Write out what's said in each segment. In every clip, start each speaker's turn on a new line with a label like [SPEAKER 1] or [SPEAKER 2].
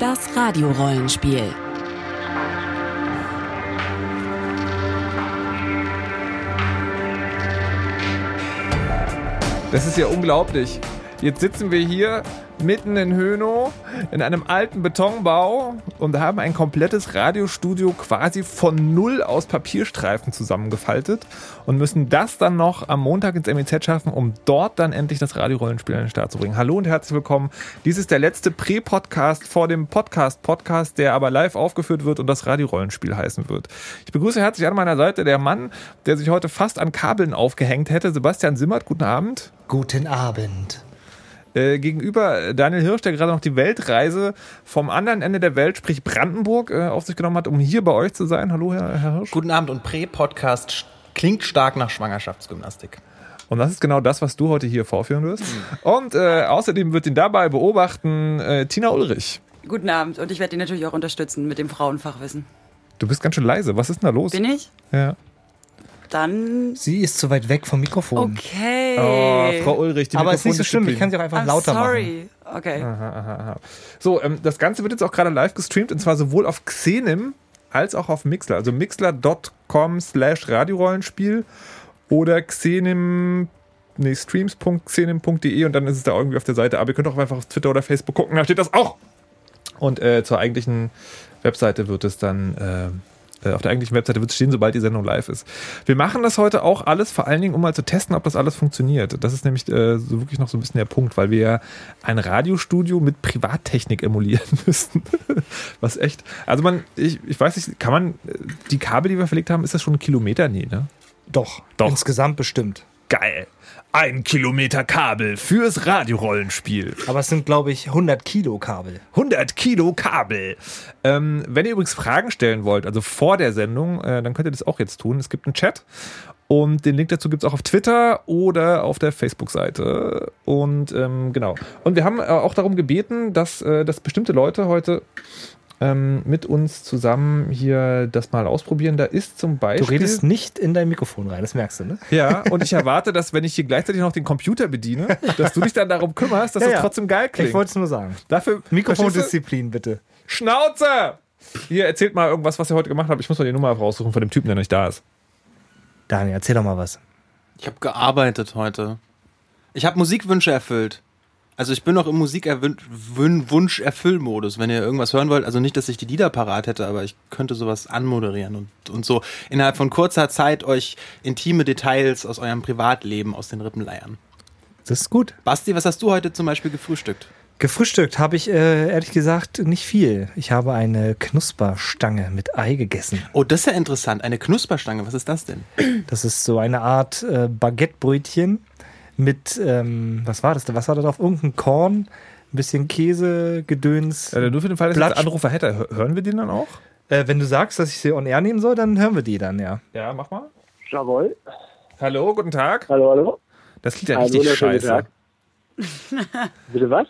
[SPEAKER 1] Das Radiorollenspiel.
[SPEAKER 2] Das ist ja unglaublich. Jetzt sitzen wir hier mitten in Hönow in einem alten Betonbau und haben ein komplettes Radiostudio quasi von null aus Papierstreifen zusammengefaltet und müssen das dann noch am Montag ins MEZ schaffen, um dort dann endlich das Radiorollenspiel an den Start zu bringen. Hallo und herzlich willkommen. Dies ist der letzte Pre-Podcast vor dem Podcast-Podcast, der aber live aufgeführt wird und das Radiorollenspiel heißen wird. Ich begrüße herzlich an meiner Seite der Mann, der sich heute fast an Kabeln aufgehängt hätte, Sebastian Simmert. Guten Abend.
[SPEAKER 3] Guten Abend.
[SPEAKER 2] Äh, gegenüber Daniel Hirsch, der gerade noch die Weltreise vom anderen Ende der Welt, sprich Brandenburg, äh, auf sich genommen hat, um hier bei euch zu sein. Hallo, Herr, Herr Hirsch.
[SPEAKER 3] Guten Abend und Prä-Podcast sch- klingt stark nach Schwangerschaftsgymnastik.
[SPEAKER 2] Und das ist genau das, was du heute hier vorführen wirst. Und äh, außerdem wird ihn dabei beobachten äh, Tina Ulrich.
[SPEAKER 4] Guten Abend und ich werde ihn natürlich auch unterstützen mit dem Frauenfachwissen.
[SPEAKER 2] Du bist ganz schön leise. Was ist denn da los?
[SPEAKER 4] Bin ich?
[SPEAKER 2] Ja.
[SPEAKER 4] Dann.
[SPEAKER 3] Sie ist zu weit weg vom Mikrofon.
[SPEAKER 4] Okay.
[SPEAKER 2] Oh, Frau Ulrich, die
[SPEAKER 3] Aber es ist nicht
[SPEAKER 2] Mikrofone
[SPEAKER 3] so schlimm, ich
[SPEAKER 2] zu
[SPEAKER 3] kann
[SPEAKER 2] kriegen.
[SPEAKER 3] sie auch einfach
[SPEAKER 4] I'm
[SPEAKER 3] lauter machen.
[SPEAKER 4] sorry. Okay.
[SPEAKER 2] So, ähm, das Ganze wird jetzt auch gerade live gestreamt und zwar sowohl auf Xenim als auch auf Mixler. Also mixler.com slash Radiorollenspiel oder xenim nee, streams.xenim.de E, und dann ist es da irgendwie auf der Seite. Aber ihr könnt auch einfach auf Twitter oder Facebook gucken, da steht das auch. Und äh, zur eigentlichen Webseite wird es dann, äh, äh, auf der eigentlichen Webseite wird es stehen, sobald die Sendung live ist. Wir machen das heute auch alles, vor allen Dingen, um mal zu testen, ob das alles funktioniert. Das ist nämlich äh, so wirklich noch so ein bisschen der Punkt, weil wir ja ein Radiostudio mit Privattechnik emulieren müssen. Was echt. Also man, ich, ich weiß nicht, kann man, äh, die Kabel, die wir verlegt haben, ist das schon ein Kilometer? Nee, ne?
[SPEAKER 3] Doch,
[SPEAKER 2] Doch.
[SPEAKER 3] insgesamt bestimmt.
[SPEAKER 2] Geil. Ein Kilometer Kabel fürs Radiorollenspiel.
[SPEAKER 3] Aber es sind, glaube ich, 100 Kilo Kabel.
[SPEAKER 2] 100 Kilo Kabel. Ähm, wenn ihr übrigens Fragen stellen wollt, also vor der Sendung, äh, dann könnt ihr das auch jetzt tun. Es gibt einen Chat und den Link dazu gibt es auch auf Twitter oder auf der Facebook-Seite. Und ähm, genau. Und wir haben äh, auch darum gebeten, dass, äh, dass bestimmte Leute heute ähm, mit uns zusammen hier das mal ausprobieren. Da ist zum
[SPEAKER 3] Du
[SPEAKER 2] Beispiel.
[SPEAKER 3] redest nicht in dein Mikrofon rein, das merkst du, ne?
[SPEAKER 2] Ja, und ich erwarte, dass wenn ich hier gleichzeitig noch den Computer bediene, dass du dich dann darum kümmerst, dass
[SPEAKER 3] Ja,
[SPEAKER 2] das
[SPEAKER 3] ja.
[SPEAKER 2] trotzdem geil klingt.
[SPEAKER 3] Ich wollte es nur sagen.
[SPEAKER 2] Dafür verstehst du?
[SPEAKER 3] Mikrofondisziplin, bitte.
[SPEAKER 2] Schnauze! Hier, erzählt mal irgendwas, was ihr heute gemacht habt. Ich muss mal die Nummer raussuchen von dem Typen, der nicht da ist.
[SPEAKER 3] Daniel, erzähl doch mal was.
[SPEAKER 5] Ich habe gearbeitet heute. Ich habe Musikwünsche erfüllt. Also ich bin noch im Musikwunsch-Erfüllmodus, wenn ihr irgendwas hören wollt. Also nicht, dass ich die Lieder parat hätte, aber ich könnte sowas anmoderieren und, und so innerhalb von kurzer Zeit euch intime Details aus eurem Privatleben aus den Rippen leiern.
[SPEAKER 3] Das ist gut.
[SPEAKER 5] Basti, was hast du heute zum Beispiel gefrühstückt?
[SPEAKER 3] Gefrühstückt habe ich äh, ehrlich gesagt nicht viel. Ich habe eine Knusperstange mit Ei gegessen.
[SPEAKER 5] Oh, das ist ja interessant. Eine Knusperstange, was ist das denn?
[SPEAKER 3] Das ist so eine Art äh, Baguettebrötchen mit, ähm, was war das denn? Was war da drauf? Irgendein Korn, ein bisschen Käse, Gedöns.
[SPEAKER 2] Äh, nur für den Fall, dass ich jetzt
[SPEAKER 3] Platsch.
[SPEAKER 2] Anrufer hätte. Hör- Hören wir den dann auch?
[SPEAKER 3] Äh, wenn du sagst, dass ich sie on air nehmen soll, dann hören wir die dann, ja.
[SPEAKER 2] Ja, mach mal.
[SPEAKER 6] Jawohl.
[SPEAKER 2] Hallo, guten Tag.
[SPEAKER 6] Hallo, hallo.
[SPEAKER 2] Das klingt ja
[SPEAKER 6] Hallo,
[SPEAKER 2] richtig
[SPEAKER 6] wunderschönen
[SPEAKER 2] scheiße.
[SPEAKER 6] Tag. Bitte was?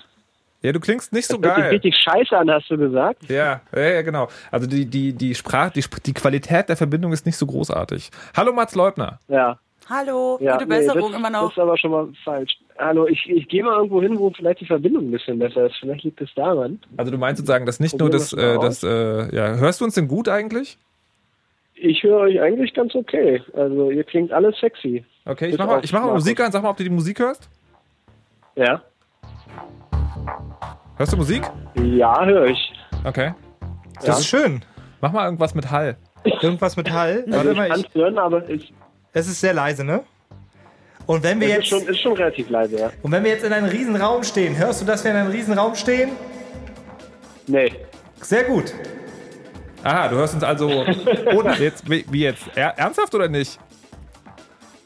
[SPEAKER 2] Ja, du klingst nicht so
[SPEAKER 6] Hört sich
[SPEAKER 2] geil.
[SPEAKER 6] richtig scheiße an, hast du gesagt?
[SPEAKER 2] Ja, ja, ja, genau. Also die, die, die Sprache, die, Sp- die Qualität der Verbindung ist nicht so großartig. Hallo, Mats Leubner.
[SPEAKER 6] Ja.
[SPEAKER 4] Hallo,
[SPEAKER 6] ja
[SPEAKER 4] gute Besserung
[SPEAKER 6] das,
[SPEAKER 4] immer
[SPEAKER 6] Das
[SPEAKER 4] noch.
[SPEAKER 6] ist aber schon mal falsch. Hallo, ich, ich gehe mal irgendwo hin, wo vielleicht die Verbindung ein bisschen besser ist. Vielleicht liegt es daran.
[SPEAKER 2] Also du meinst sozusagen, dass nicht nur
[SPEAKER 6] Probieren
[SPEAKER 2] das,
[SPEAKER 6] wir
[SPEAKER 2] äh,
[SPEAKER 6] es mal
[SPEAKER 2] das äh, ja, hörst du uns denn gut eigentlich?
[SPEAKER 6] Ich höre euch eigentlich ganz okay. Also, ihr klingt alles sexy.
[SPEAKER 2] Okay, ich
[SPEAKER 6] Bis
[SPEAKER 2] mach mal,
[SPEAKER 6] auf
[SPEAKER 2] ich mach mal
[SPEAKER 6] Markus.
[SPEAKER 2] Musik an, sag mal, ob du die Musik hörst.
[SPEAKER 6] Ja?
[SPEAKER 2] Hörst du Musik?
[SPEAKER 6] Ja, höre ich.
[SPEAKER 2] Okay.
[SPEAKER 3] Das ist schön.
[SPEAKER 2] Mach mal irgendwas mit Hall.
[SPEAKER 3] Irgendwas mit Hall.
[SPEAKER 6] Also
[SPEAKER 3] Warte
[SPEAKER 6] ich
[SPEAKER 3] mal,
[SPEAKER 6] kann
[SPEAKER 3] ich,
[SPEAKER 6] es hören, aber es
[SPEAKER 3] es ist sehr leise, ne? Und wenn wir
[SPEAKER 6] es ist,
[SPEAKER 3] jetzt,
[SPEAKER 6] schon,
[SPEAKER 3] und
[SPEAKER 6] ist schon relativ leise, ja.
[SPEAKER 3] wenn wir jetzt in einem riesen Raum stehen, hörst du, dass wir in einem riesen Raum stehen?
[SPEAKER 6] Nee.
[SPEAKER 3] Sehr gut.
[SPEAKER 2] Aha, du hörst uns also. Ohne, jetzt, wie wie jetzt? Er, ernsthaft oder nicht?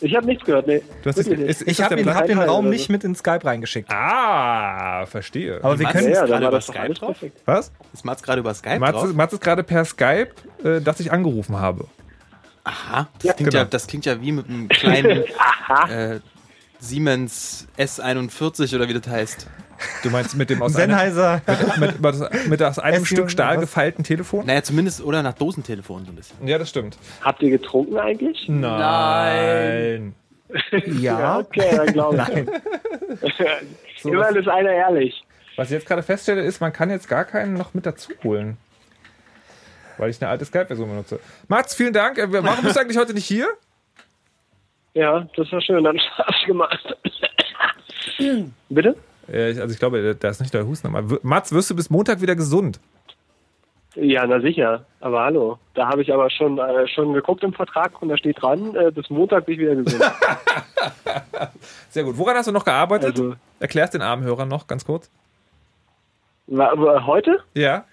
[SPEAKER 6] Ich habe nichts gehört, nee.
[SPEAKER 2] Du hast,
[SPEAKER 6] Wirklich nicht.
[SPEAKER 3] Ich
[SPEAKER 2] das
[SPEAKER 3] habe
[SPEAKER 2] der
[SPEAKER 3] ihn-
[SPEAKER 2] Plan?
[SPEAKER 3] hab den
[SPEAKER 6] Hall
[SPEAKER 3] Raum
[SPEAKER 6] oder
[SPEAKER 3] nicht mit in Skype reingeschickt.
[SPEAKER 2] Ah, verstehe.
[SPEAKER 3] Aber wir
[SPEAKER 5] Was?
[SPEAKER 3] können,
[SPEAKER 6] ja,
[SPEAKER 5] gerade
[SPEAKER 6] dann war
[SPEAKER 5] über
[SPEAKER 6] das doch
[SPEAKER 5] Skype
[SPEAKER 6] alles
[SPEAKER 5] drauf?
[SPEAKER 6] perfekt.
[SPEAKER 2] Was?
[SPEAKER 5] Ist Mats gerade über Skype
[SPEAKER 2] Mats,
[SPEAKER 5] drauf?
[SPEAKER 2] ist- Mats ist gerade per Skype, äh, dass ich angerufen habe.
[SPEAKER 5] Aha, das, klingt
[SPEAKER 2] genau.
[SPEAKER 5] ja, das klingt ja wie mit einem kleinen äh, Siemens S41 oder wie das heißt.
[SPEAKER 2] Du meinst mit dem aus einem,
[SPEAKER 3] Sennheiser.
[SPEAKER 2] mit, über das, mit aus einem
[SPEAKER 3] halt- Es-
[SPEAKER 2] Stück Stahl
[SPEAKER 3] was?
[SPEAKER 2] gefeilten Telefon?
[SPEAKER 5] Naja, zumindest oder nach Dosentelefon so ein bisschen.
[SPEAKER 2] Ja, das stimmt.
[SPEAKER 6] Habt ihr getrunken eigentlich?
[SPEAKER 2] Nein.
[SPEAKER 3] Ja.
[SPEAKER 6] Okay, dann glaube ich. Immerhin ist einer ehrlich.
[SPEAKER 2] Was ich jetzt gerade feststelle, ist, man kann jetzt gar keinen noch mit dazu holen. Weil ich eine alte Skype-Version benutze. Mats, vielen Dank. Äh, Warum bist du eigentlich heute nicht hier?
[SPEAKER 6] Ja, das war schön. Dann Spaß gemacht. Bitte?
[SPEAKER 2] Äh, ich- Also ich glaube, da ist nicht der Husten. Aber w- Mats, wirst du bis Montag wieder gesund?
[SPEAKER 6] Ja, na sicher. Aber hallo. Da habe ich aber schon, äh, schon geguckt im Vertrag und da steht dran, äh, bis Montag bin ich wieder gesund.
[SPEAKER 2] Sehr gut. Woran hast du noch gearbeitet?
[SPEAKER 6] Also-
[SPEAKER 2] Erklär's den armen Hörern noch ganz kurz.
[SPEAKER 6] War, aber heute?
[SPEAKER 2] Ja.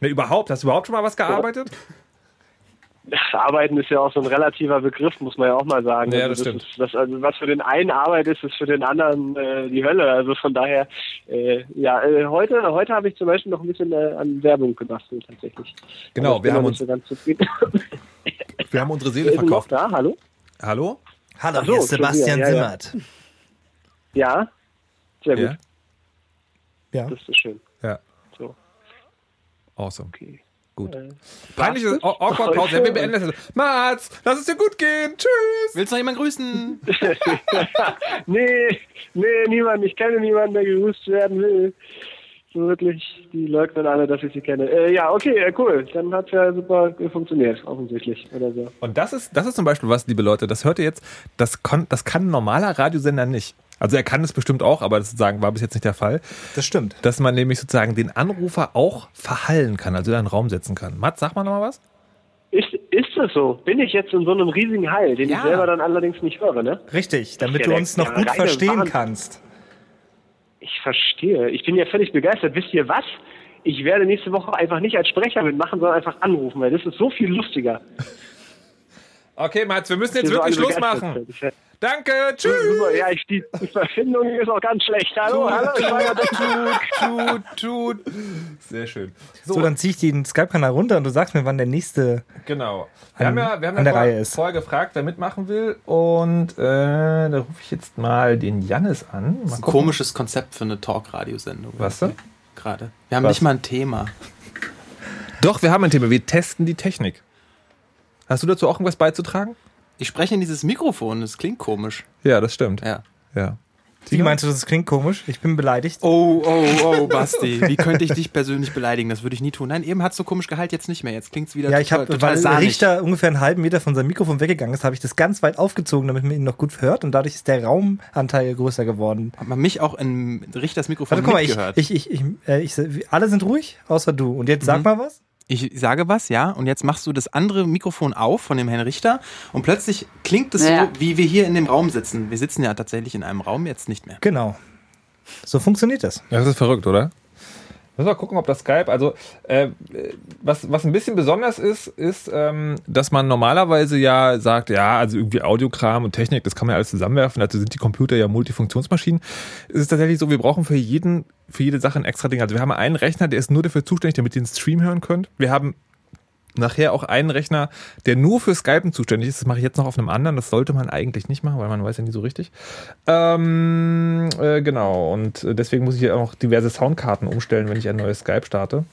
[SPEAKER 2] Ne, überhaupt. Hast du überhaupt schon mal was gearbeitet?
[SPEAKER 6] Ach, Arbeiten ist ja auch so ein relativer Begriff, muss man ja auch mal sagen.
[SPEAKER 2] Ja,
[SPEAKER 6] Also
[SPEAKER 2] das stimmt.
[SPEAKER 6] Ist, das, also was für den einen Arbeit ist, ist für den anderen äh, die Hölle. Also von daher, äh, ja, äh, heute, heute habe ich zum Beispiel noch ein bisschen äh, an Werbung gebastelt tatsächlich.
[SPEAKER 2] Genau,
[SPEAKER 6] Aber ich
[SPEAKER 2] wir
[SPEAKER 6] bin
[SPEAKER 2] haben
[SPEAKER 6] noch
[SPEAKER 2] uns-
[SPEAKER 6] nicht so ganz zufrieden.
[SPEAKER 2] Wir haben unsere Seele
[SPEAKER 6] Wer ist denn noch
[SPEAKER 2] verkauft.
[SPEAKER 6] da? Hallo?
[SPEAKER 2] Hallo?
[SPEAKER 7] Hallo,
[SPEAKER 6] Ach so,
[SPEAKER 7] hier ist
[SPEAKER 6] schon wieder.
[SPEAKER 7] Sebastian
[SPEAKER 6] Ja, ja.
[SPEAKER 7] Simmert.
[SPEAKER 6] Ja? Sehr gut,
[SPEAKER 2] Ja.
[SPEAKER 3] Ja.
[SPEAKER 6] das ist schön.
[SPEAKER 2] Ja.
[SPEAKER 6] So.
[SPEAKER 2] Awesome.
[SPEAKER 6] Okay.
[SPEAKER 2] Gut.
[SPEAKER 6] Äh,
[SPEAKER 2] Peinliche Aw- awkward Pause. Ja, Wir beenden das. jetzt. Mats, lass es dir gut gehen. Tschüss.
[SPEAKER 5] Willst du noch jemanden grüßen?
[SPEAKER 6] Nee, nee, niemand. Ich kenne niemanden, der gegrüßt werden will. So wirklich, die leugnen alle, dass ich sie kenne. Äh, ja, okay, äh, cool. Dann hat's ja super äh, funktioniert, offensichtlich. Oder so.
[SPEAKER 2] Und das ist, das ist zum Beispiel was, liebe Leute, das hört ihr jetzt, das, kon, das kann ein normaler Radiosender nicht. Also er kann es bestimmt auch, aber das sozusagen war bis jetzt nicht der Fall,
[SPEAKER 3] Das stimmt.
[SPEAKER 2] dass man nämlich sozusagen den Anrufer auch verhallen kann, also in einen Raum setzen kann. Mats, sag mal nochmal was.
[SPEAKER 6] Ist, ist das so? Bin ich jetzt in so einem riesigen Heil, den
[SPEAKER 5] Ja.
[SPEAKER 6] ich selber dann allerdings nicht höre, ne?
[SPEAKER 3] Richtig, damit
[SPEAKER 6] Ja,
[SPEAKER 3] du
[SPEAKER 6] der-
[SPEAKER 3] uns noch
[SPEAKER 6] der
[SPEAKER 3] gut
[SPEAKER 6] reine
[SPEAKER 3] verstehen
[SPEAKER 6] Wahnsinn.
[SPEAKER 3] kannst.
[SPEAKER 6] Ich verstehe. Ich bin ja völlig begeistert. Wisst ihr was? Ich werde nächste Woche einfach nicht als Sprecher mitmachen, sondern einfach anrufen, weil das ist so viel lustiger.
[SPEAKER 2] Okay, Mats, wir müssen
[SPEAKER 6] Ihr
[SPEAKER 2] jetzt
[SPEAKER 6] so alle
[SPEAKER 2] wirklich Schluss
[SPEAKER 6] begeistert
[SPEAKER 2] machen.
[SPEAKER 6] seid.
[SPEAKER 2] Danke, tschüss.
[SPEAKER 6] Super, ja, ich, die die Verbindung ist auch ganz schlecht. Hallo, hallo, ich war ja
[SPEAKER 5] Tut, tut, tut.
[SPEAKER 2] Sehr schön.
[SPEAKER 3] So, dann ziehe ich den Skype-Kanal runter und du sagst mir, wann der nächste.
[SPEAKER 2] Genau. Wir
[SPEAKER 3] An-
[SPEAKER 2] haben ja, wir haben
[SPEAKER 3] an
[SPEAKER 2] ja
[SPEAKER 3] der
[SPEAKER 2] vorher,
[SPEAKER 3] Reihe ist.
[SPEAKER 2] vorher gefragt, wer mitmachen will. Und äh, da rufe ich jetzt mal den Jannis an. Mal
[SPEAKER 5] Ein komisches Konzept für eine Talk-Radiosendung.
[SPEAKER 2] Was denn?
[SPEAKER 5] Gerade. Wir haben
[SPEAKER 2] Was?
[SPEAKER 5] nicht mal ein Thema.
[SPEAKER 2] Doch, wir haben ein Thema. Wir testen die Technik. Hast du dazu auch irgendwas beizutragen?
[SPEAKER 5] Ich spreche in dieses Mikrofon, das klingt komisch.
[SPEAKER 2] Ja, das stimmt.
[SPEAKER 5] Ja.
[SPEAKER 2] Ja.
[SPEAKER 3] Wie meinst du, das klingt komisch? Ich bin beleidigt.
[SPEAKER 5] Oh, oh, oh, Basti. Wie könnte ich dich persönlich beleidigen? Das würde ich nie tun. Nein, eben hat es so komisch gehalt, jetzt nicht mehr. Jetzt klingt es wieder
[SPEAKER 3] Ja, ich
[SPEAKER 5] total
[SPEAKER 3] habe, weil
[SPEAKER 5] sahnig.
[SPEAKER 3] Richter ungefähr einen halben Meter von seinem Mikrofon weggegangen ist, habe ich das ganz weit aufgezogen, damit man ihn noch gut hört und dadurch ist der Raumanteil größer geworden.
[SPEAKER 5] Hat man mich auch in Richters Mikrofon
[SPEAKER 3] Warte, guck mal, ich,
[SPEAKER 5] mitgehört?
[SPEAKER 3] ich, ich, ich, äh, ich, alle sind ruhig, außer du. Und jetzt sag
[SPEAKER 5] Mhm.
[SPEAKER 3] mal was.
[SPEAKER 5] ich sage was, ja, und jetzt machst du das andere Mikrofon auf von dem Herrn Richter und plötzlich klingt es
[SPEAKER 4] Ja.
[SPEAKER 5] so, wie wir hier in dem Raum sitzen. Wir sitzen ja tatsächlich in einem Raum, jetzt nicht mehr.
[SPEAKER 3] Genau. So funktioniert das.
[SPEAKER 2] Das ist verrückt, oder? Müssen wir gucken, ob das Skype, also äh, was, was ein bisschen besonders ist, ist, ähm, dass man normalerweise ja sagt, ja, also irgendwie Audiokram und Technik, das kann man ja alles zusammenwerfen, dazu sind die Computer ja Multifunktionsmaschinen. Es ist tatsächlich so, wir brauchen für jeden, für jede Sache ein extra Ding. Also wir haben einen Rechner, der ist nur dafür zuständig, damit ihr den Stream hören könnt. Wir haben nachher auch einen Rechner, der nur für Skypen zuständig ist. Das mache ich jetzt noch auf einem anderen. Das sollte man eigentlich nicht machen, weil man weiß ja nie so richtig. Ähm, äh, genau. Und äh, deswegen muss ich hier auch diverse Soundkarten umstellen, wenn ich ein neues Skype starte.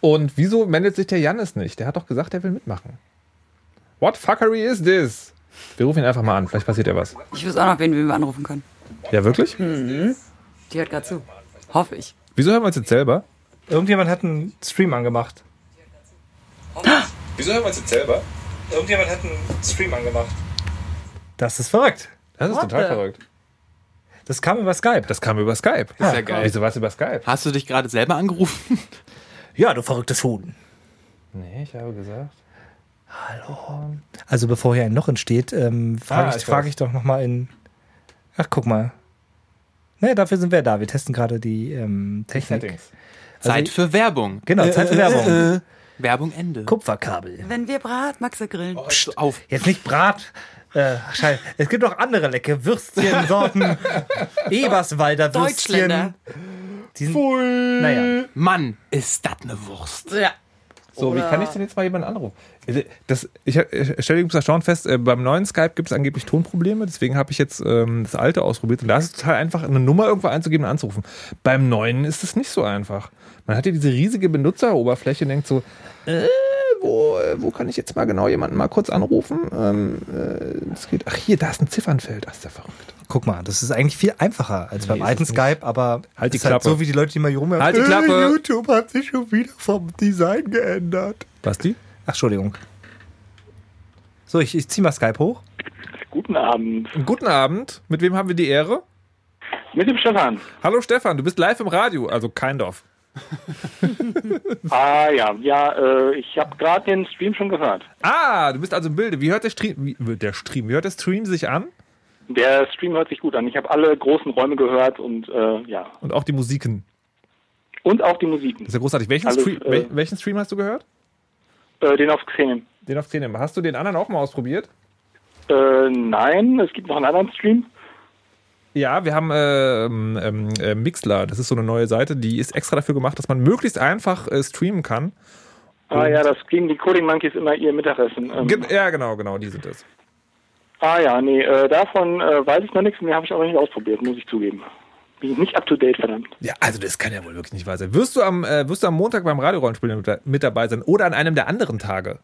[SPEAKER 2] Und wieso meldet sich der Jannis nicht? Der hat doch gesagt, er will mitmachen. What fuckery is this? Wir rufen ihn einfach mal an. Vielleicht passiert ja was.
[SPEAKER 4] Ich wüsste auch noch, wen wir anrufen können.
[SPEAKER 2] Ja, wirklich?
[SPEAKER 4] Die hört gerade zu. Hoffe ich.
[SPEAKER 2] Wieso hören wir uns jetzt selber?
[SPEAKER 3] Irgendjemand hat einen Stream angemacht.
[SPEAKER 2] Wieso hören wir uns jetzt selber?
[SPEAKER 3] Irgendjemand hat einen Stream angemacht. Das ist verrückt.
[SPEAKER 2] Das ist
[SPEAKER 4] What
[SPEAKER 2] total
[SPEAKER 4] the-
[SPEAKER 2] verrückt.
[SPEAKER 3] Das kam über Skype.
[SPEAKER 2] Das kam über Skype. Ah,
[SPEAKER 5] Ist ja geil.
[SPEAKER 2] Wieso war es über Skype?
[SPEAKER 5] Hast du dich gerade selber angerufen?
[SPEAKER 3] Ja, du verrücktes Huhn.
[SPEAKER 2] Nee, ich habe gesagt.
[SPEAKER 3] Also bevor hier ein Loch entsteht, ähm,
[SPEAKER 2] Ah,
[SPEAKER 3] frage
[SPEAKER 2] ich
[SPEAKER 3] ich, frag
[SPEAKER 2] weiß.
[SPEAKER 3] ich doch nochmal in... Ach, guck mal. Naja, dafür sind wir da. Wir testen gerade die ähm, Technik.
[SPEAKER 2] Settings. Also
[SPEAKER 5] Zeit für Werbung.
[SPEAKER 3] Genau, Zeit für Werbung.
[SPEAKER 5] äh, Werbung Ende.
[SPEAKER 3] Kupferkabel.
[SPEAKER 4] Wenn wir Bratmaxe grillen.
[SPEAKER 5] Psst, auf.
[SPEAKER 3] Jetzt nicht Brat. Äh, scheiße. Es gibt noch andere lecke Würstchensorten. Eberswalder Würstchen.
[SPEAKER 4] Deutschländer.
[SPEAKER 3] Die sind, naja.
[SPEAKER 5] Mann, ist das eine Wurst.
[SPEAKER 4] Ja.
[SPEAKER 2] So, wie
[SPEAKER 4] Oder-
[SPEAKER 2] kann ich denn jetzt mal jemanden anrufen? Also, Das, ich hab- ich stelle übrigens erstaunt fest, äh, beim neuen Skype gibt es angeblich Tonprobleme, deswegen habe ich jetzt ähm, das alte ausprobiert. Und da ist es total einfach, eine Nummer irgendwo einzugeben und anzurufen. Beim neuen ist es nicht so einfach. Man hat ja diese riesige Benutzeroberfläche und denkt so, äh, wo, äh, wo kann ich jetzt mal genau jemanden mal kurz anrufen? Ähm, äh, es geht, ach, hier, da ist ein Ziffernfeld. Das ist ja verrückt.
[SPEAKER 3] Guck mal, das ist eigentlich viel einfacher als beim alten Skype, aber
[SPEAKER 2] Halt die
[SPEAKER 3] ist halt
[SPEAKER 2] Klappe.
[SPEAKER 3] so wie die Leute, die mal hier rumhören. Äh,
[SPEAKER 2] Halt die Klappe.
[SPEAKER 3] YouTube hat sich schon wieder vom Design geändert.
[SPEAKER 2] Basti?
[SPEAKER 3] Ach, Entschuldigung. So, ich, ich zieh mal Skype hoch.
[SPEAKER 7] Guten Abend.
[SPEAKER 2] Guten Abend. Mit wem haben wir die Ehre?
[SPEAKER 7] Mit dem Stefan.
[SPEAKER 2] Hallo Stefan, du bist live im Radio, also kein Dorf.
[SPEAKER 7] Ah ja, ja, äh, ich habe gerade den Stream schon gehört.
[SPEAKER 2] Ah, du bist also im Bilde. Wie hört der Stream, wie, der Stream, wie hört der Stream sich an?
[SPEAKER 7] Der Stream hört sich gut an. Ich habe alle großen Räume gehört und äh, ja.
[SPEAKER 2] Und auch die Musiken.
[SPEAKER 7] Und auch die Musiken.
[SPEAKER 2] Das ist ja großartig. Welchen,
[SPEAKER 7] Alles,
[SPEAKER 2] Stream,
[SPEAKER 7] äh,
[SPEAKER 2] wel- welchen Stream hast du gehört?
[SPEAKER 7] Äh, den auf Xenem.
[SPEAKER 2] Den auf Xenem. Hast du den anderen auch mal ausprobiert?
[SPEAKER 7] Äh, nein, es gibt noch einen anderen Stream.
[SPEAKER 2] Ja, wir haben äh, ähm, ähm, äh, Mixler. Das ist so eine neue Seite, die ist extra dafür gemacht, dass man möglichst einfach äh, streamen kann.
[SPEAKER 7] Ah ja, das kriegen die Coding Monkeys immer ihr Mittagessen. Ähm,
[SPEAKER 2] Ge ja, genau, genau, die sind es.
[SPEAKER 7] ah ja, nee, äh, davon äh, weiß ich noch nichts und den habe ich auch noch nicht ausprobiert, muss ich zugeben. Bin ich nicht up to date, verdammt.
[SPEAKER 2] Ja, also das kann ja wohl wirklich nicht wahr sein. Wirst du am, äh, wirst du am Montag beim Radiorollenspiel mit, mit dabei sein oder an einem der anderen Tage?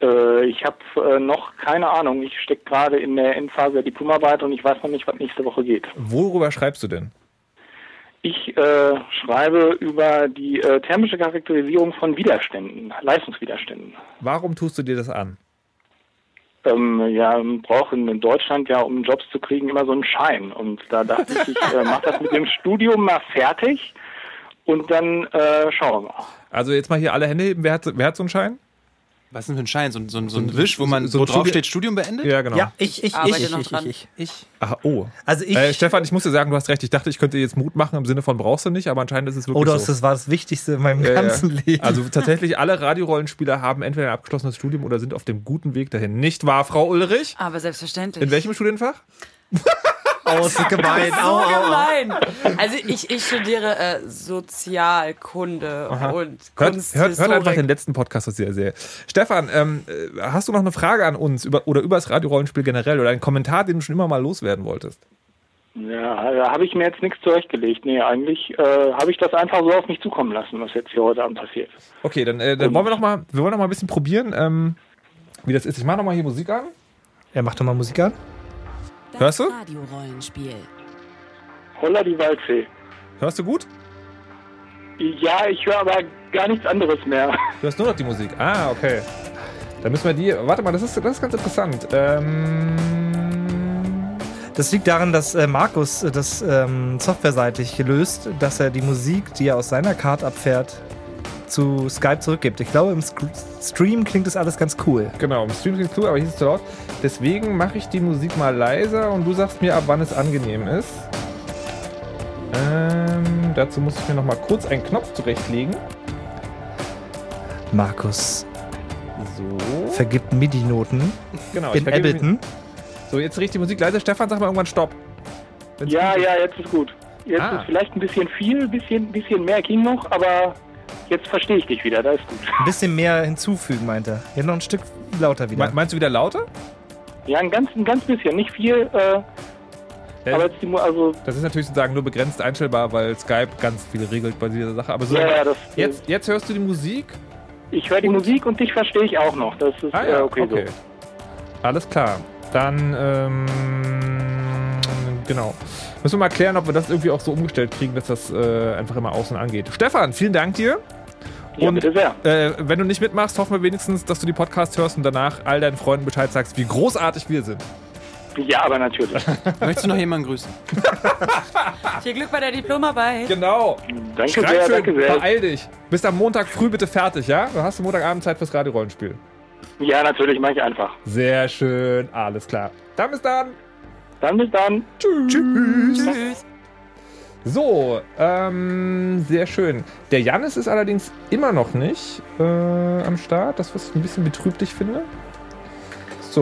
[SPEAKER 7] Äh, ich habe äh, noch keine Ahnung. Ich stecke gerade in der Endphase der Diplomarbeit und ich weiß noch nicht, was nächste Woche geht.
[SPEAKER 2] Worüber schreibst du denn?
[SPEAKER 7] Ich äh, schreibe über die äh, thermische Charakterisierung von Widerständen, Leistungswiderständen.
[SPEAKER 2] Warum tust du dir das an?
[SPEAKER 7] Ähm, ja, man braucht in Deutschland ja, um Jobs zu kriegen, immer so einen Schein. Und da dachte ich, ich äh, mache das mit dem Studium mal fertig und dann äh, schauen wir mal.
[SPEAKER 2] Also jetzt mal hier alle Hände heben. Wer hat, wer hat so einen Schein?
[SPEAKER 5] Was ist denn für ein Schein? So, ein- so, ein- so ein Wisch, wo man
[SPEAKER 2] so
[SPEAKER 5] so
[SPEAKER 2] ein
[SPEAKER 5] wo drauf
[SPEAKER 2] Studi-
[SPEAKER 5] steht, Studium beendet?
[SPEAKER 2] Ja, genau.
[SPEAKER 3] ich, ich,
[SPEAKER 4] Arbeite noch dran.
[SPEAKER 5] Ich.
[SPEAKER 2] Ach, oh.
[SPEAKER 3] Also ich,
[SPEAKER 2] Äh, Stefan, ich muss dir sagen, du hast recht. Ich dachte, ich könnte dir jetzt Mut machen im Sinne von brauchst du nicht, aber anscheinend ist es wirklich
[SPEAKER 3] oder
[SPEAKER 2] so.
[SPEAKER 3] Oh, das war das Wichtigste in meinem
[SPEAKER 2] Ja, ja.
[SPEAKER 3] ganzen Leben.
[SPEAKER 2] Also tatsächlich, alle Radiorollenspieler haben entweder ein abgeschlossenes Studium oder sind auf dem guten Weg dahin. Nicht wahr, Frau Ulrich?
[SPEAKER 4] Aber selbstverständlich.
[SPEAKER 2] In welchem Studienfach?
[SPEAKER 3] Außer gemein.
[SPEAKER 4] So gemein. Oh, Also ich, ich studiere äh, Sozialkunde und
[SPEAKER 2] Hört,
[SPEAKER 4] Kunst.
[SPEAKER 2] hört, hört einfach den letzten Podcast aus dieser Serie. Stefan, ähm, äh, hast du noch eine Frage an uns über, oder über das Radiorollenspiel generell oder einen Kommentar, den du schon immer mal loswerden wolltest?
[SPEAKER 7] Ja, da habe ich mir jetzt nichts zurechtgelegt. Nee, eigentlich äh, habe ich das einfach so auf mich zukommen lassen, was jetzt hier heute Abend passiert.
[SPEAKER 2] Okay, dann, äh,
[SPEAKER 3] Oh.
[SPEAKER 2] dann wollen wir noch mal, wir wollen noch mal ein bisschen probieren, ähm, wie das ist. Ich mache noch mal hier Musik an.
[SPEAKER 3] Er macht doch mal Musik an.
[SPEAKER 1] Das
[SPEAKER 2] Hörst du?
[SPEAKER 1] Radiorollenspiel.
[SPEAKER 7] Holla die Waldsee.
[SPEAKER 2] Hörst du gut?
[SPEAKER 7] Ja, ich höre aber gar nichts anderes mehr.
[SPEAKER 2] Du hörst nur noch die Musik. Ah, okay. Dann müssen wir die. Warte mal, das ist, das ist ganz interessant. Ähm,
[SPEAKER 3] Das liegt daran, dass äh, Markus äh, das ähm, softwareseitig gelöst, dass er die Musik, die er aus seiner Card abfährt, zu Skype zurückgibt. Ich glaube, im Sc Stream klingt das alles ganz cool.
[SPEAKER 2] genau, im Stream klingt cool, aber hier ist es zu laut. Deswegen mache ich die Musik mal leiser und du sagst mir, ab wann es angenehm ist. Ähm, dazu muss ich mir noch mal kurz einen Knopf zurechtlegen.
[SPEAKER 3] Markus
[SPEAKER 2] So.
[SPEAKER 3] vergibt MIDI-Noten
[SPEAKER 2] Genau,
[SPEAKER 3] in
[SPEAKER 2] vergebe
[SPEAKER 3] Ableton.
[SPEAKER 2] Mir, so, jetzt riecht die Musik leiser. Stefan, sag mal irgendwann Stopp. Wenn's
[SPEAKER 7] Ja,
[SPEAKER 2] gut ist.
[SPEAKER 7] ja, jetzt ist gut. Jetzt
[SPEAKER 2] Ah.
[SPEAKER 7] ist vielleicht ein bisschen viel, bisschen, bisschen mehr ging noch, aber jetzt verstehe ich dich wieder, da ist gut.
[SPEAKER 3] Ein bisschen mehr hinzufügen, meint er. Ja, noch ein Stück lauter wieder.
[SPEAKER 2] Me- Meinst du wieder lauter?
[SPEAKER 7] Ja, ein ganz, ein ganz bisschen, nicht viel, äh,
[SPEAKER 2] Ja,
[SPEAKER 7] aber jetzt die, Mu- also,
[SPEAKER 2] Das ist natürlich sozusagen nur begrenzt einstellbar, weil Skype ganz viel regelt bei dieser Sache. Aber so,
[SPEAKER 7] ja, ja, das,
[SPEAKER 2] jetzt, jetzt hörst du die Musik.
[SPEAKER 7] ich höre die Musik und dich verstehe ich auch noch, das ist,
[SPEAKER 2] Ah ja,
[SPEAKER 7] äh,
[SPEAKER 2] okay.
[SPEAKER 7] okay,
[SPEAKER 2] Alles klar. Dann, ähm, genau. Müssen wir mal klären, ob wir das irgendwie auch so umgestellt kriegen, dass das äh, einfach immer außen angeht. Stefan, vielen Dank dir.
[SPEAKER 7] so. Ja,
[SPEAKER 2] Und-
[SPEAKER 7] bitte sehr.
[SPEAKER 2] Äh, wenn du nicht mitmachst, hoffen wir wenigstens, dass du die Podcasts hörst und danach all deinen Freunden Bescheid sagst, wie großartig wir sind.
[SPEAKER 7] Ja, aber natürlich.
[SPEAKER 5] Möchtest du noch jemanden grüßen?
[SPEAKER 4] Viel Glück bei der Diplomarbeit.
[SPEAKER 2] Genau.
[SPEAKER 7] Danke
[SPEAKER 2] Schreib
[SPEAKER 7] sehr,
[SPEAKER 2] schön,
[SPEAKER 7] Mhm. danke sehr.
[SPEAKER 2] Beeil dich. Bist am Montag früh bitte fertig, ja? Du hast am Montagabend Zeit fürs Radiorollenspiel.
[SPEAKER 7] Ja, natürlich, mache ich einfach.
[SPEAKER 2] Sehr schön. Alles klar. Dann bis dann.
[SPEAKER 7] Dann bis dann.
[SPEAKER 4] Tschüss.
[SPEAKER 2] So, ähm, sehr schön. Der Jannis ist allerdings immer noch nicht äh, am Start, das was ich ein bisschen betrüblich finde.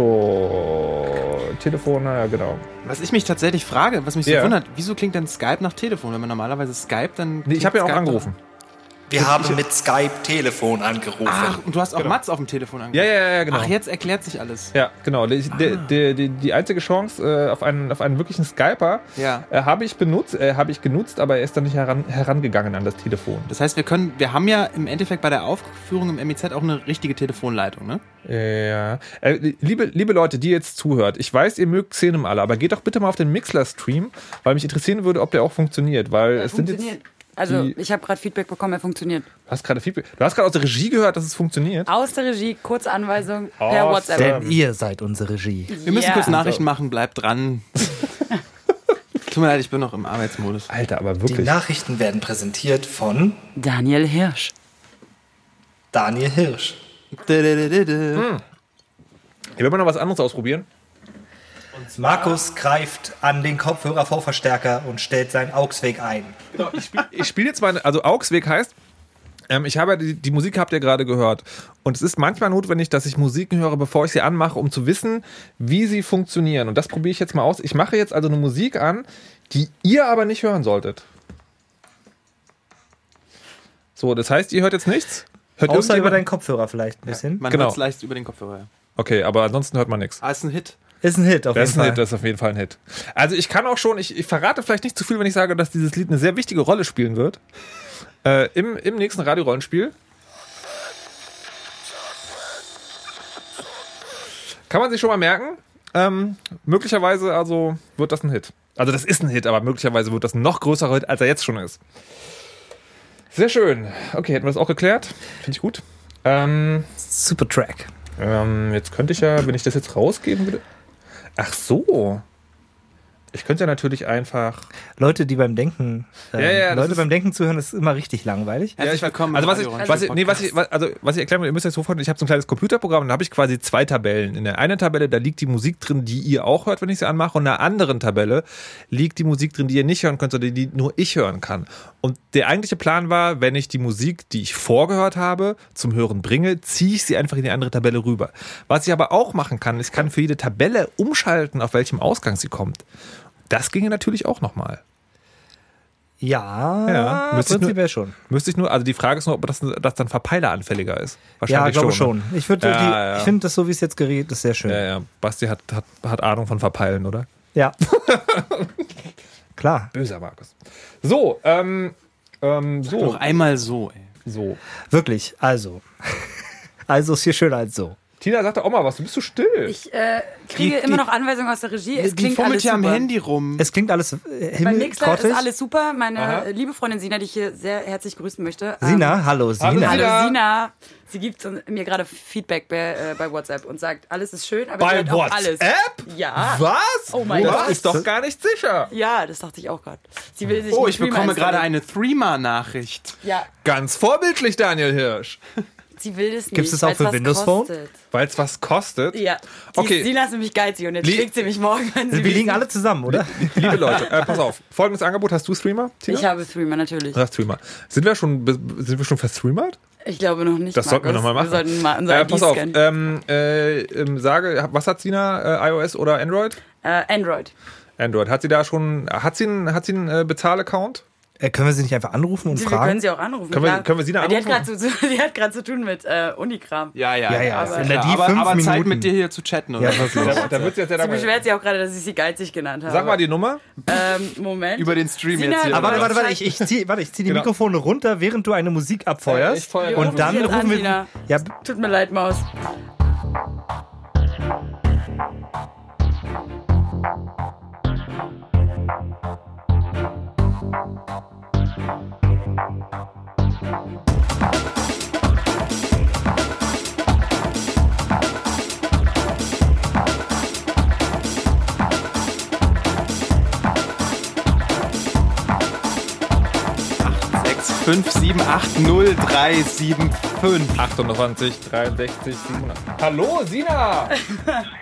[SPEAKER 2] So, Telefon, naja, genau.
[SPEAKER 5] Was ich mich tatsächlich frage, was mich so
[SPEAKER 2] Ja.
[SPEAKER 5] wundert, wieso klingt denn Skype nach Telefon? Wenn man normalerweise Skype, dann.
[SPEAKER 2] Nee, ich habe ja auch
[SPEAKER 5] klingt Skype
[SPEAKER 2] angerufen.
[SPEAKER 5] nach-
[SPEAKER 8] Wir haben mit Skype Telefon angerufen.
[SPEAKER 5] Ach, und du hast auch Mats auf dem Telefon
[SPEAKER 2] Genau. Ja,
[SPEAKER 5] angerufen.
[SPEAKER 2] ja, ja, ja, genau.
[SPEAKER 5] Ach, jetzt Ah. erklärt sich alles.
[SPEAKER 2] Ja, genau. Ich, der, der, die, die einzige Chance äh, auf, einen, auf einen wirklichen Skyper
[SPEAKER 5] Ja.
[SPEAKER 2] äh, habe ich benutzt, äh, habe ich genutzt, aber er ist dann nicht heran, herangegangen an das Telefon.
[SPEAKER 5] Das heißt, wir können, wir haben ja im Endeffekt bei der Aufführung im MEZ auch eine richtige Telefonleitung, ne?
[SPEAKER 2] Ja. Äh, liebe, liebe Leute, die jetzt zuhört, ich weiß, ihr mögt Xenem alle, aber geht doch bitte mal auf den Mixler-Stream, weil mich interessieren würde, ob der auch funktioniert. Weil es sind jetzt.
[SPEAKER 4] Funktioniert. Also,
[SPEAKER 2] die-
[SPEAKER 4] ich habe gerade Feedback bekommen, er funktioniert.
[SPEAKER 2] Du hast gerade Feedback. Du hast gerade aus der Regie gehört, dass es funktioniert.
[SPEAKER 4] Aus der Regie, kurze Anweisung per
[SPEAKER 2] Awesome.
[SPEAKER 4] WhatsApp.
[SPEAKER 3] Denn ihr seid unsere Regie.
[SPEAKER 5] Wir müssen
[SPEAKER 4] Ja.
[SPEAKER 5] kurz
[SPEAKER 2] Also
[SPEAKER 5] Nachrichten machen, bleibt dran. Tut mir leid, ich bin noch im Arbeitsmodus.
[SPEAKER 2] Alter, aber
[SPEAKER 8] Die
[SPEAKER 2] wirklich.
[SPEAKER 8] Nachrichten werden präsentiert von
[SPEAKER 1] Daniel Hirsch.
[SPEAKER 8] Daniel Hirsch.
[SPEAKER 2] Hm, Ich will mal noch was anderes ausprobieren.
[SPEAKER 3] Markus greift an den Kopfhörer-Vorverstärker und stellt seinen Augsweg ein.
[SPEAKER 2] ich spiele jetzt meine, also Augsweg heißt, ähm, ich habe ja die, die Musik habt ihr gerade gehört. Und es ist manchmal notwendig, dass ich Musiken höre, bevor ich sie anmache, um zu wissen, wie sie funktionieren. Und das probiere ich jetzt mal aus. Ich mache jetzt also eine Musik an, die ihr aber nicht hören solltet. So, das heißt, ihr hört jetzt nichts? Hört
[SPEAKER 3] Außer über deinen
[SPEAKER 2] irgendjemand-
[SPEAKER 3] Kopfhörer vielleicht ein bisschen.
[SPEAKER 5] Man
[SPEAKER 2] Genau.
[SPEAKER 5] hört's leicht über den Kopfhörer.
[SPEAKER 2] Okay, aber ansonsten hört man nichts.
[SPEAKER 5] Ah, ist ein Hit.
[SPEAKER 3] Ist ein Hit auf
[SPEAKER 2] Das ist,
[SPEAKER 3] jeden
[SPEAKER 2] ein
[SPEAKER 3] Fall.
[SPEAKER 2] Hit, das ist auf jeden Fall ein Hit. Also ich kann auch schon, ich, ich verrate vielleicht nicht zu viel, wenn ich sage, dass dieses Lied eine sehr wichtige Rolle spielen wird. Äh, im, Im nächsten Radiorollenspiel. Kann man sich schon mal merken. Ähm, möglicherweise also wird das ein Hit. Also das ist ein Hit, aber möglicherweise wird das ein noch größerer Hit, als er jetzt schon ist. Sehr schön. Okay, hätten wir das auch geklärt. Finde ich gut. Ähm,
[SPEAKER 3] Super Track.
[SPEAKER 2] ähm, jetzt könnte ich ja, wenn ich das jetzt rausgeben würde. Ach so. Ich könnte ja natürlich einfach.
[SPEAKER 3] Leute, die beim Denken, äh,
[SPEAKER 2] Ja, ja, das
[SPEAKER 3] Leute
[SPEAKER 2] ist-
[SPEAKER 3] beim Denken zuhören, ist immer richtig langweilig.
[SPEAKER 5] Herzlich willkommen.
[SPEAKER 2] Also
[SPEAKER 5] im
[SPEAKER 2] was ich,
[SPEAKER 5] Radio
[SPEAKER 2] was ich, nee, was
[SPEAKER 5] Podcast.
[SPEAKER 2] ich, was, also was ich erklären will, ihr müsst euch so vorstellen, ich habe so ein kleines Computerprogramm und da habe ich quasi zwei Tabellen. In der einen Tabelle, da liegt die Musik drin, die ihr auch hört, wenn ich sie anmache. Und in der anderen Tabelle liegt die Musik drin, die ihr nicht hören könnt, sondern die nur ich hören kann. Und der eigentliche Plan war, wenn ich die Musik, die ich vorgehört habe, zum Hören bringe, ziehe ich sie einfach in die andere Tabelle rüber. Was ich aber auch machen kann, ich kann für jede Tabelle umschalten, auf welchem Ausgang sie kommt. Das ginge natürlich auch nochmal.
[SPEAKER 3] Ja,
[SPEAKER 2] Ja, müsste ich nur-
[SPEAKER 3] prinzipiell schon.
[SPEAKER 2] Müsste ich nur, also die Frage ist nur, ob das, das dann verpeileranfälliger ist.
[SPEAKER 3] Ja, glaube schon. Ich, würd-
[SPEAKER 2] Ja,
[SPEAKER 3] die-
[SPEAKER 2] ja.
[SPEAKER 3] ich finde das so, wie es jetzt gerät, ist sehr schön.
[SPEAKER 2] Ja, ja. Basti hat, hat, hat Ahnung von Verpeilen, oder?
[SPEAKER 3] Ja. Klar.
[SPEAKER 2] Böser Markus. So, ähm, ähm,
[SPEAKER 5] Noch
[SPEAKER 2] so,
[SPEAKER 5] einmal so, ey.
[SPEAKER 2] so.
[SPEAKER 3] Wirklich. Also. Also ist hier schöner als so.
[SPEAKER 2] Tina sagte auch mal was, du bist so still.
[SPEAKER 4] Ich äh, kriege
[SPEAKER 5] Die- die-
[SPEAKER 4] immer noch Anweisungen aus der Regie. Es
[SPEAKER 5] Die
[SPEAKER 4] klingt
[SPEAKER 5] fummelt
[SPEAKER 4] alles
[SPEAKER 5] hier
[SPEAKER 4] super.
[SPEAKER 5] am Handy rum.
[SPEAKER 3] Es klingt alles äh,
[SPEAKER 4] Bei Nixler ist
[SPEAKER 3] himmelgrottig.
[SPEAKER 4] alles super. Meine
[SPEAKER 2] Aha.
[SPEAKER 4] äh, liebe Freundin Sina, die ich hier sehr herzlich grüßen möchte. ähm,
[SPEAKER 3] Sina, hallo Sina.
[SPEAKER 2] Sina.
[SPEAKER 4] Hallo Sina. Sie gibt uns- mir gerade Feedback bei, äh, bei WhatsApp und sagt, alles ist schön, aber sie hat halt auch alles. Ja.
[SPEAKER 2] Was?
[SPEAKER 4] Oh mein
[SPEAKER 2] das
[SPEAKER 4] Gott.
[SPEAKER 2] ist doch gar nicht sicher.
[SPEAKER 4] Ja, das dachte ich auch gerade. Sie will sich
[SPEAKER 5] Oh,
[SPEAKER 4] einen
[SPEAKER 5] ich
[SPEAKER 4] Streamer
[SPEAKER 5] bekomme gerade
[SPEAKER 4] installieren.
[SPEAKER 5] eine Threema-Nachricht.
[SPEAKER 4] Ja,
[SPEAKER 2] Ganz vorbildlich, Daniel Hirsch.
[SPEAKER 4] sie will das nicht.
[SPEAKER 3] Gibt's das auch
[SPEAKER 4] weil's
[SPEAKER 3] für
[SPEAKER 4] was
[SPEAKER 3] Windows Phone?
[SPEAKER 4] kostet.
[SPEAKER 2] Weil es was kostet.
[SPEAKER 4] Ja. Die,
[SPEAKER 2] Okay.
[SPEAKER 4] Sina ist nämlich geizig und jetzt
[SPEAKER 2] Lie-
[SPEAKER 4] schlägt sie mich morgen, wenn sie
[SPEAKER 3] Wir liegen alle zusammen, oder?
[SPEAKER 2] Liebe Leute, äh, pass auf. Folgendes Angebot, hast du Streamer, Tina?
[SPEAKER 4] Ich habe Streamer natürlich.
[SPEAKER 2] Du hast Streamer. Sind wir schon, sind wir schon verstreamert?
[SPEAKER 4] Ich glaube noch nicht.
[SPEAKER 2] Das sollten wir
[SPEAKER 4] Markus.
[SPEAKER 2] nochmal machen.
[SPEAKER 4] Wir sollten mal unser
[SPEAKER 2] äh, pass
[SPEAKER 4] ID
[SPEAKER 2] auf,
[SPEAKER 4] scannen.
[SPEAKER 2] ähm, äh, ähm, sage, was hat Sina, äh, iOS oder Android?
[SPEAKER 4] äh, Android.
[SPEAKER 2] Android. Hat sie da schon, hat sie einen, hat sie einen äh, Bezahl-Account?
[SPEAKER 3] Äh, können wir sie nicht einfach anrufen und
[SPEAKER 4] Sie, wir können
[SPEAKER 3] fragen?
[SPEAKER 4] sie auch anrufen.
[SPEAKER 2] Können wir-
[SPEAKER 4] klar.
[SPEAKER 2] können wir Sina
[SPEAKER 4] Weil Die hat
[SPEAKER 2] anrufen?
[SPEAKER 4] gerade zu, die hat grad zu tun mit äh, Unikram.
[SPEAKER 5] Ja, ja,
[SPEAKER 3] Ja, ja,
[SPEAKER 5] ja.
[SPEAKER 3] ist
[SPEAKER 5] ja,
[SPEAKER 3] in der
[SPEAKER 5] klar.
[SPEAKER 3] die
[SPEAKER 5] aber
[SPEAKER 3] fünf
[SPEAKER 5] aber Zeit
[SPEAKER 3] Minuten.
[SPEAKER 5] mit dir hier zu chatten, oder?
[SPEAKER 3] Ja, was
[SPEAKER 2] Da, da wird sie jetzt ja
[SPEAKER 4] Sie
[SPEAKER 2] dabei.
[SPEAKER 4] beschwert sich auch gerade, dass ich sie geizig genannt habe.
[SPEAKER 2] Sag mal die Nummer.
[SPEAKER 4] Ähm, Moment.
[SPEAKER 5] Über den Stream
[SPEAKER 4] Sina,
[SPEAKER 5] jetzt hier.
[SPEAKER 4] Ah,
[SPEAKER 3] Aber warte, warte, warte,
[SPEAKER 4] Zeit.
[SPEAKER 3] ich, ich zieh, warte, ich zieh die
[SPEAKER 2] Genau.
[SPEAKER 3] Mikrofone runter, während du eine Musik abfeuerst.
[SPEAKER 2] Ich feuer-
[SPEAKER 4] Wir rufen
[SPEAKER 3] und dann
[SPEAKER 4] dich jetzt
[SPEAKER 3] rufen
[SPEAKER 4] an,
[SPEAKER 3] wir.
[SPEAKER 4] Sina.
[SPEAKER 3] Ja,
[SPEAKER 4] Tut mir leid, Maus.
[SPEAKER 5] Sechs, fünf, sieben, acht, null, drei, sieben, fünf.
[SPEAKER 2] 28, 63, 700. Hallo, Sina!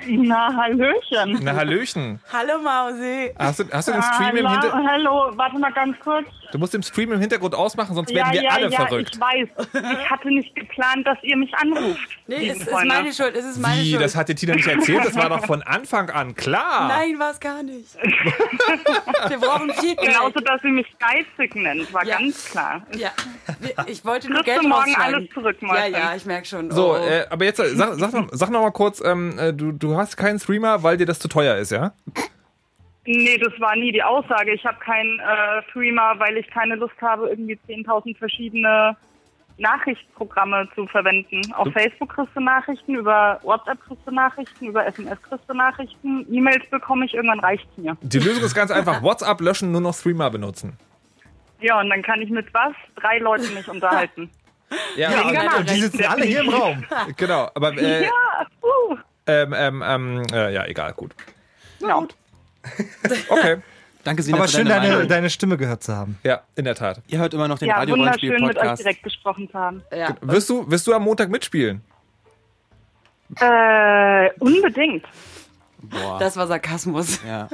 [SPEAKER 9] Na, Hallöchen.
[SPEAKER 2] Na, Hallöchen.
[SPEAKER 4] Hallo, Mausi.
[SPEAKER 2] Hast du, hast du den Stream im
[SPEAKER 9] Ah, Hallo,
[SPEAKER 2] Hintergrund?
[SPEAKER 9] hallo, warte mal ganz kurz.
[SPEAKER 2] Du musst den Stream im Hintergrund ausmachen, sonst werden wir
[SPEAKER 9] ja,
[SPEAKER 2] alle
[SPEAKER 9] ja,
[SPEAKER 2] verrückt.
[SPEAKER 9] ich weiß. Ich hatte nicht geplant, dass ihr mich anruft.
[SPEAKER 4] Nee,
[SPEAKER 9] lieben
[SPEAKER 4] es ist
[SPEAKER 9] Freunde.
[SPEAKER 4] meine Schuld. Es ist meine
[SPEAKER 2] Wie,
[SPEAKER 4] Schuld.
[SPEAKER 2] das hat dir Tina nicht erzählt? Das war doch von Anfang an klar.
[SPEAKER 4] Nein, war es gar nicht. wir brauchen Feedback.
[SPEAKER 9] Genauso, dass sie mich geizig nennt, war
[SPEAKER 4] Ja.
[SPEAKER 9] ganz klar.
[SPEAKER 4] Ja, wir- ich wollte nur
[SPEAKER 9] Kriegst
[SPEAKER 4] Geld
[SPEAKER 9] du morgen
[SPEAKER 4] rausschlagen.
[SPEAKER 9] alles zurück,
[SPEAKER 4] Ja,
[SPEAKER 9] Martin.
[SPEAKER 4] ja, ich merke schon.
[SPEAKER 2] So,
[SPEAKER 4] oh.
[SPEAKER 2] äh, aber jetzt äh, sag, sag, noch, sag noch mal kurz, ähm, äh, du, du hast keinen Streamer, weil dir das zu teuer ist, ja?
[SPEAKER 9] Nee, das war nie die Aussage. Ich habe keinen äh, Streamer, weil ich keine Lust habe, irgendwie 10.000 verschiedene Nachrichtprogramme zu verwenden. Auf Facebook kriegst du Nachrichten, über WhatsApp kriegst du Nachrichten, über SMS kriegst du Nachrichten. E-Mails bekomme ich, irgendwann reicht's mir.
[SPEAKER 2] Die Lösung ist ganz einfach: WhatsApp löschen, nur noch Streamer benutzen.
[SPEAKER 9] Ja, und dann kann ich mit was? Drei Leuten mich unterhalten.
[SPEAKER 2] Ja,
[SPEAKER 4] genau.
[SPEAKER 9] Mega
[SPEAKER 3] Die sitzen alle hier im Raum.
[SPEAKER 2] genau. Aber äh,
[SPEAKER 9] Ja, uh.
[SPEAKER 2] ähm, ähm, ähm, äh, ja, egal, gut.
[SPEAKER 9] Ja.
[SPEAKER 2] Okay,
[SPEAKER 5] Danke, Sina,
[SPEAKER 3] Aber
[SPEAKER 5] für
[SPEAKER 3] schön,
[SPEAKER 5] deine,
[SPEAKER 3] deine,
[SPEAKER 5] Meinung.
[SPEAKER 3] deine Stimme gehört zu haben.
[SPEAKER 2] ja, in der Tat.
[SPEAKER 5] Ihr hört immer noch den
[SPEAKER 9] ja
[SPEAKER 5] Radio Rollenspiel
[SPEAKER 9] wunderschön mit euch
[SPEAKER 5] Podcast.
[SPEAKER 9] direkt gesprochen zu haben.
[SPEAKER 4] ja.
[SPEAKER 2] Wirst du, wirst du am Montag mitspielen?
[SPEAKER 9] Äh, unbedingt.
[SPEAKER 5] Boah.
[SPEAKER 4] Das war Sarkasmus.
[SPEAKER 5] ja.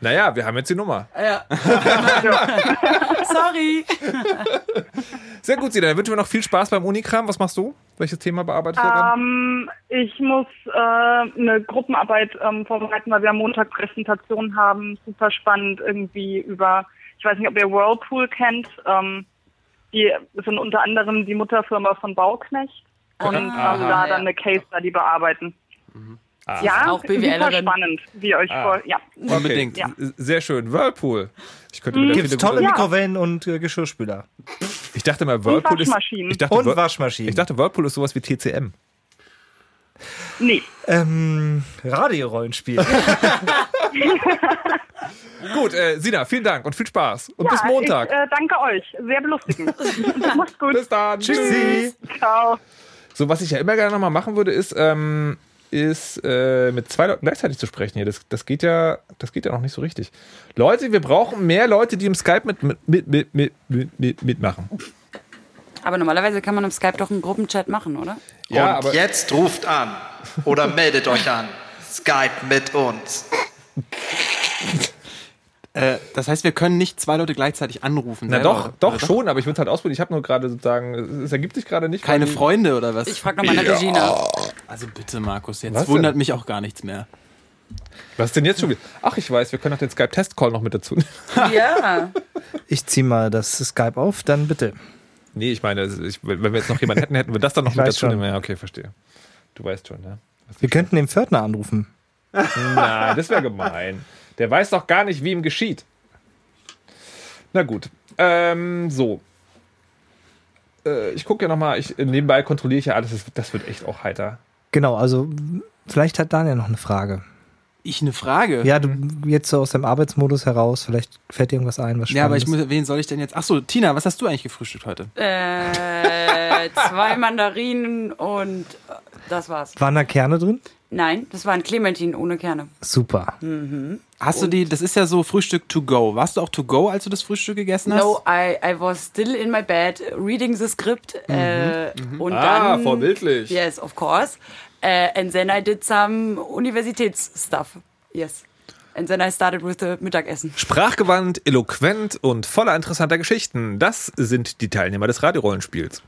[SPEAKER 2] Naja, wir haben jetzt die Nummer.
[SPEAKER 4] Ja. Sorry.
[SPEAKER 2] Sehr gut, Sina. Dann wünschen wir noch viel Spaß beim Unikram. Was machst du? Welches Thema bearbeitest du dann?
[SPEAKER 9] Ähm, ich muss äh, eine Gruppenarbeit ähm, vorbereiten, weil wir am Montag Präsentationen haben. Super spannend irgendwie über, ich weiß nicht, ob ihr Whirlpool kennt. Ähm, die sind unter anderem die Mutterfirma von Bauknecht und ähm,
[SPEAKER 4] Ah.
[SPEAKER 9] da dann eine Case Study bearbeiten.
[SPEAKER 2] Mhm. Ah.
[SPEAKER 9] Ja,
[SPEAKER 4] Auch
[SPEAKER 9] super
[SPEAKER 4] BWLerin.
[SPEAKER 9] spannend, wie euch vor. Ja,
[SPEAKER 5] Unbedingt.
[SPEAKER 2] Okay. S- Sehr schön. Whirlpool. Ich könnte mir da
[SPEAKER 3] Gibt's
[SPEAKER 2] viele
[SPEAKER 3] tolle
[SPEAKER 2] gute-
[SPEAKER 9] Ja.
[SPEAKER 3] Mikrowellen und äh, Geschirrspüler.
[SPEAKER 2] Ich dachte mal, Whirlpool ist.
[SPEAKER 9] Waschmaschinen.
[SPEAKER 2] Ich dachte,
[SPEAKER 3] Und
[SPEAKER 2] Whir-
[SPEAKER 3] Waschmaschinen.
[SPEAKER 2] Ich dachte, Whirlpool ist sowas wie TCM.
[SPEAKER 9] nee.
[SPEAKER 3] ähm, Radiorollenspiel.
[SPEAKER 2] Gut, äh, Sina, vielen Dank und viel Spaß. Und
[SPEAKER 9] Ja,
[SPEAKER 2] bis Montag.
[SPEAKER 9] Ich, äh, danke euch. Sehr belustigend. Macht's gut.
[SPEAKER 2] bis dann.
[SPEAKER 3] Tschüssi.
[SPEAKER 9] Ciao.
[SPEAKER 2] So, was ich ja immer gerne nochmal machen würde, ist, ähm, ist äh, mit zwei Leuten gleichzeitig zu sprechen hier. Das, das, geht ja, das geht ja noch nicht so richtig. Leute, wir brauchen mehr Leute, die im Skype mit, mit, mit, mit, mit, mit, mitmachen.
[SPEAKER 4] Aber normalerweise kann man im Skype doch einen Gruppenchat machen, oder?
[SPEAKER 2] Ja,
[SPEAKER 8] und
[SPEAKER 2] aber-
[SPEAKER 8] jetzt ruft an oder meldet euch an. Skype mit uns.
[SPEAKER 5] Äh, das heißt, wir können nicht zwei Leute gleichzeitig anrufen.
[SPEAKER 2] Na
[SPEAKER 5] selber,
[SPEAKER 2] doch,
[SPEAKER 5] oder?
[SPEAKER 2] genau. doch schon, aber ich würde es halt ausprobieren. Ich habe nur gerade sozusagen, es ergibt sich gerade nicht.
[SPEAKER 5] Keine
[SPEAKER 2] weil die-
[SPEAKER 5] Freunde oder was?
[SPEAKER 4] Ich frage noch meine Regina.
[SPEAKER 5] also bitte, Markus, jetzt
[SPEAKER 2] Was
[SPEAKER 5] wundert
[SPEAKER 2] denn?
[SPEAKER 5] mich auch gar nichts mehr.
[SPEAKER 2] Was ist denn jetzt schon wieder? Ach, ich weiß, wir können auch den Skype-Test-Call noch mit dazu nehmen.
[SPEAKER 4] Ja.
[SPEAKER 3] Ich zieh mal das Skype auf, dann bitte.
[SPEAKER 2] Nee, ich meine, ich, wenn wir jetzt noch jemanden hätten, hätten wir das dann noch
[SPEAKER 3] Ich
[SPEAKER 2] mit
[SPEAKER 3] weiß
[SPEAKER 2] dazu
[SPEAKER 3] schon.
[SPEAKER 2] nehmen. Ja, okay, verstehe. Du weißt schon, ja.
[SPEAKER 3] Wir könnten den Pförtner anrufen.
[SPEAKER 2] Nein, Ah, das wäre gemein. Der weiß doch gar nicht, wie ihm geschieht. Na gut. Ähm, so. Äh, ich gucke ja nochmal, ich, nebenbei kontrolliere ich ja alles, das, das wird echt auch heiter.
[SPEAKER 3] Genau, also m, vielleicht hat Daniel noch eine Frage.
[SPEAKER 5] Ich eine Frage.
[SPEAKER 3] Ja, du jetzt so aus dem Arbeitsmodus heraus, vielleicht fällt dir irgendwas ein, was
[SPEAKER 5] Ja, aber ich
[SPEAKER 3] Spannendes.
[SPEAKER 5] muss, wen soll ich denn jetzt? Achso, Tina, was hast du eigentlich gefrühstückt heute?
[SPEAKER 4] Äh, zwei Mandarinen und äh, das war's.
[SPEAKER 3] Waren da Kerne drin?
[SPEAKER 4] Nein, das war ein Clementin ohne Kerne.
[SPEAKER 3] Super.
[SPEAKER 2] Hm.
[SPEAKER 5] Hast du die, das ist ja so Frühstück to go. Warst du auch to go, als du das Frühstück gegessen hast?
[SPEAKER 4] No, I, I was still in my bed reading the script. Äh, und dann,
[SPEAKER 2] Ah, vorbildlich.
[SPEAKER 4] Yes, of course. Äh, and then I did some Universitätsstuff. Yes. And then I started with the Mittagessen.
[SPEAKER 2] Sprachgewandt, eloquent und voller interessanter Geschichten. Das sind die Teilnehmer des Radiorollenspiels.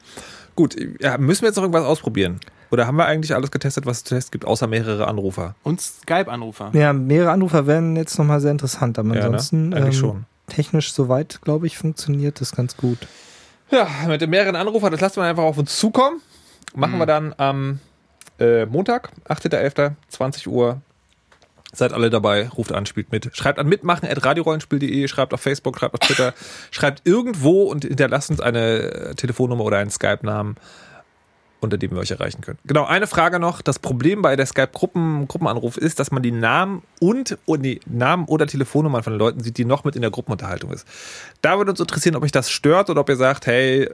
[SPEAKER 2] Gut, ja, müssen wir jetzt noch irgendwas ausprobieren? Oder haben wir eigentlich alles getestet, was es zu testen gibt, außer mehrere Anrufer?
[SPEAKER 5] Und Skype-Anrufer.
[SPEAKER 3] Ja, mehrere Anrufer wären jetzt nochmal sehr interessant, aber
[SPEAKER 2] ne?
[SPEAKER 3] ansonsten
[SPEAKER 2] Eigentlich
[SPEAKER 3] ähm,
[SPEAKER 2] schon.
[SPEAKER 3] technisch soweit, glaube ich, funktioniert das ganz gut.
[SPEAKER 2] Ja, mit den mehreren Anrufern, das lassen wir einfach auf uns zukommen. Machen wir dann am äh, Montag, 8.11., 20 Uhr. Seid alle dabei, ruft an, spielt mit. Schreibt an mitmachen at radiorollenspiel.de, schreibt auf Facebook, schreibt auf Twitter, schreibt irgendwo und hinterlasst uns eine äh, Telefonnummer oder einen Skype-Namen, unter dem wir euch erreichen können. Genau, eine Frage noch. Das Problem bei der Skype-Gruppenanruf ist, dass man die Namen und oh, nee, Namen oder Telefonnummern von Leuten sieht, die noch mit in der Gruppenunterhaltung ist. Da würde uns interessieren, ob euch das stört oder ob ihr sagt, hey,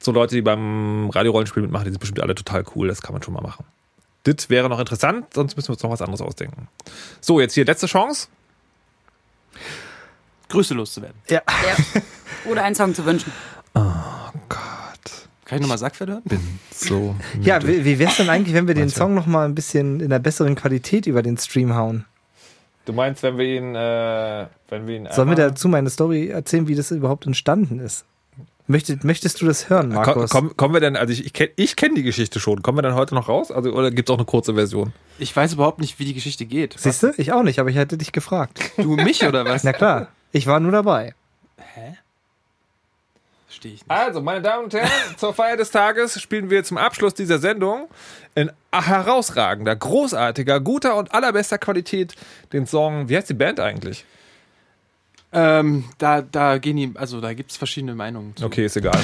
[SPEAKER 2] so Leute, die beim Radiorollenspiel mitmachen, die sind bestimmt alle total cool, das kann man schon mal machen. Das wäre noch interessant, sonst müssen wir uns noch was anderes ausdenken. So, jetzt hier letzte Chance.
[SPEAKER 5] Grüße loszuwerden.
[SPEAKER 4] Oder einen Song zu wünschen.
[SPEAKER 5] Kann ich nochmal Sackfett hören?
[SPEAKER 2] So.
[SPEAKER 3] Ja, wie, wie wär's denn eigentlich, wenn wir den Song nochmal ein bisschen in einer besseren Qualität über den Stream hauen?
[SPEAKER 2] Du meinst, wenn wir ihn, äh, wenn wir ihn.
[SPEAKER 3] Sollen wir
[SPEAKER 2] einmal-
[SPEAKER 3] dazu meine Story erzählen, wie das überhaupt entstanden ist? Möchtest, möchtest du das hören,
[SPEAKER 2] Äh, Ko-
[SPEAKER 3] Markus?
[SPEAKER 2] Komm, kommen wir denn, also ich, ich kenne ich kenn die Geschichte schon. Kommen wir dann heute noch raus? Also, oder gibt es auch eine kurze Version?
[SPEAKER 5] Ich weiß überhaupt nicht, wie die Geschichte geht.
[SPEAKER 3] Siehst du? Ich auch nicht, aber ich hätte dich gefragt.
[SPEAKER 5] Du mich oder was?
[SPEAKER 3] Na klar, ich war nur dabei.
[SPEAKER 5] Verstehe ich nicht.
[SPEAKER 2] Also, meine Damen und Herren, zur Feier des Tages spielen wir zum Abschluss dieser Sendung in herausragender, großartiger, guter und allerbester Qualität den Song. Wie heißt die Band eigentlich?
[SPEAKER 5] Ähm, da, da gehen die, also da gibt es verschiedene Meinungen. Zu.
[SPEAKER 2] Okay, ist egal.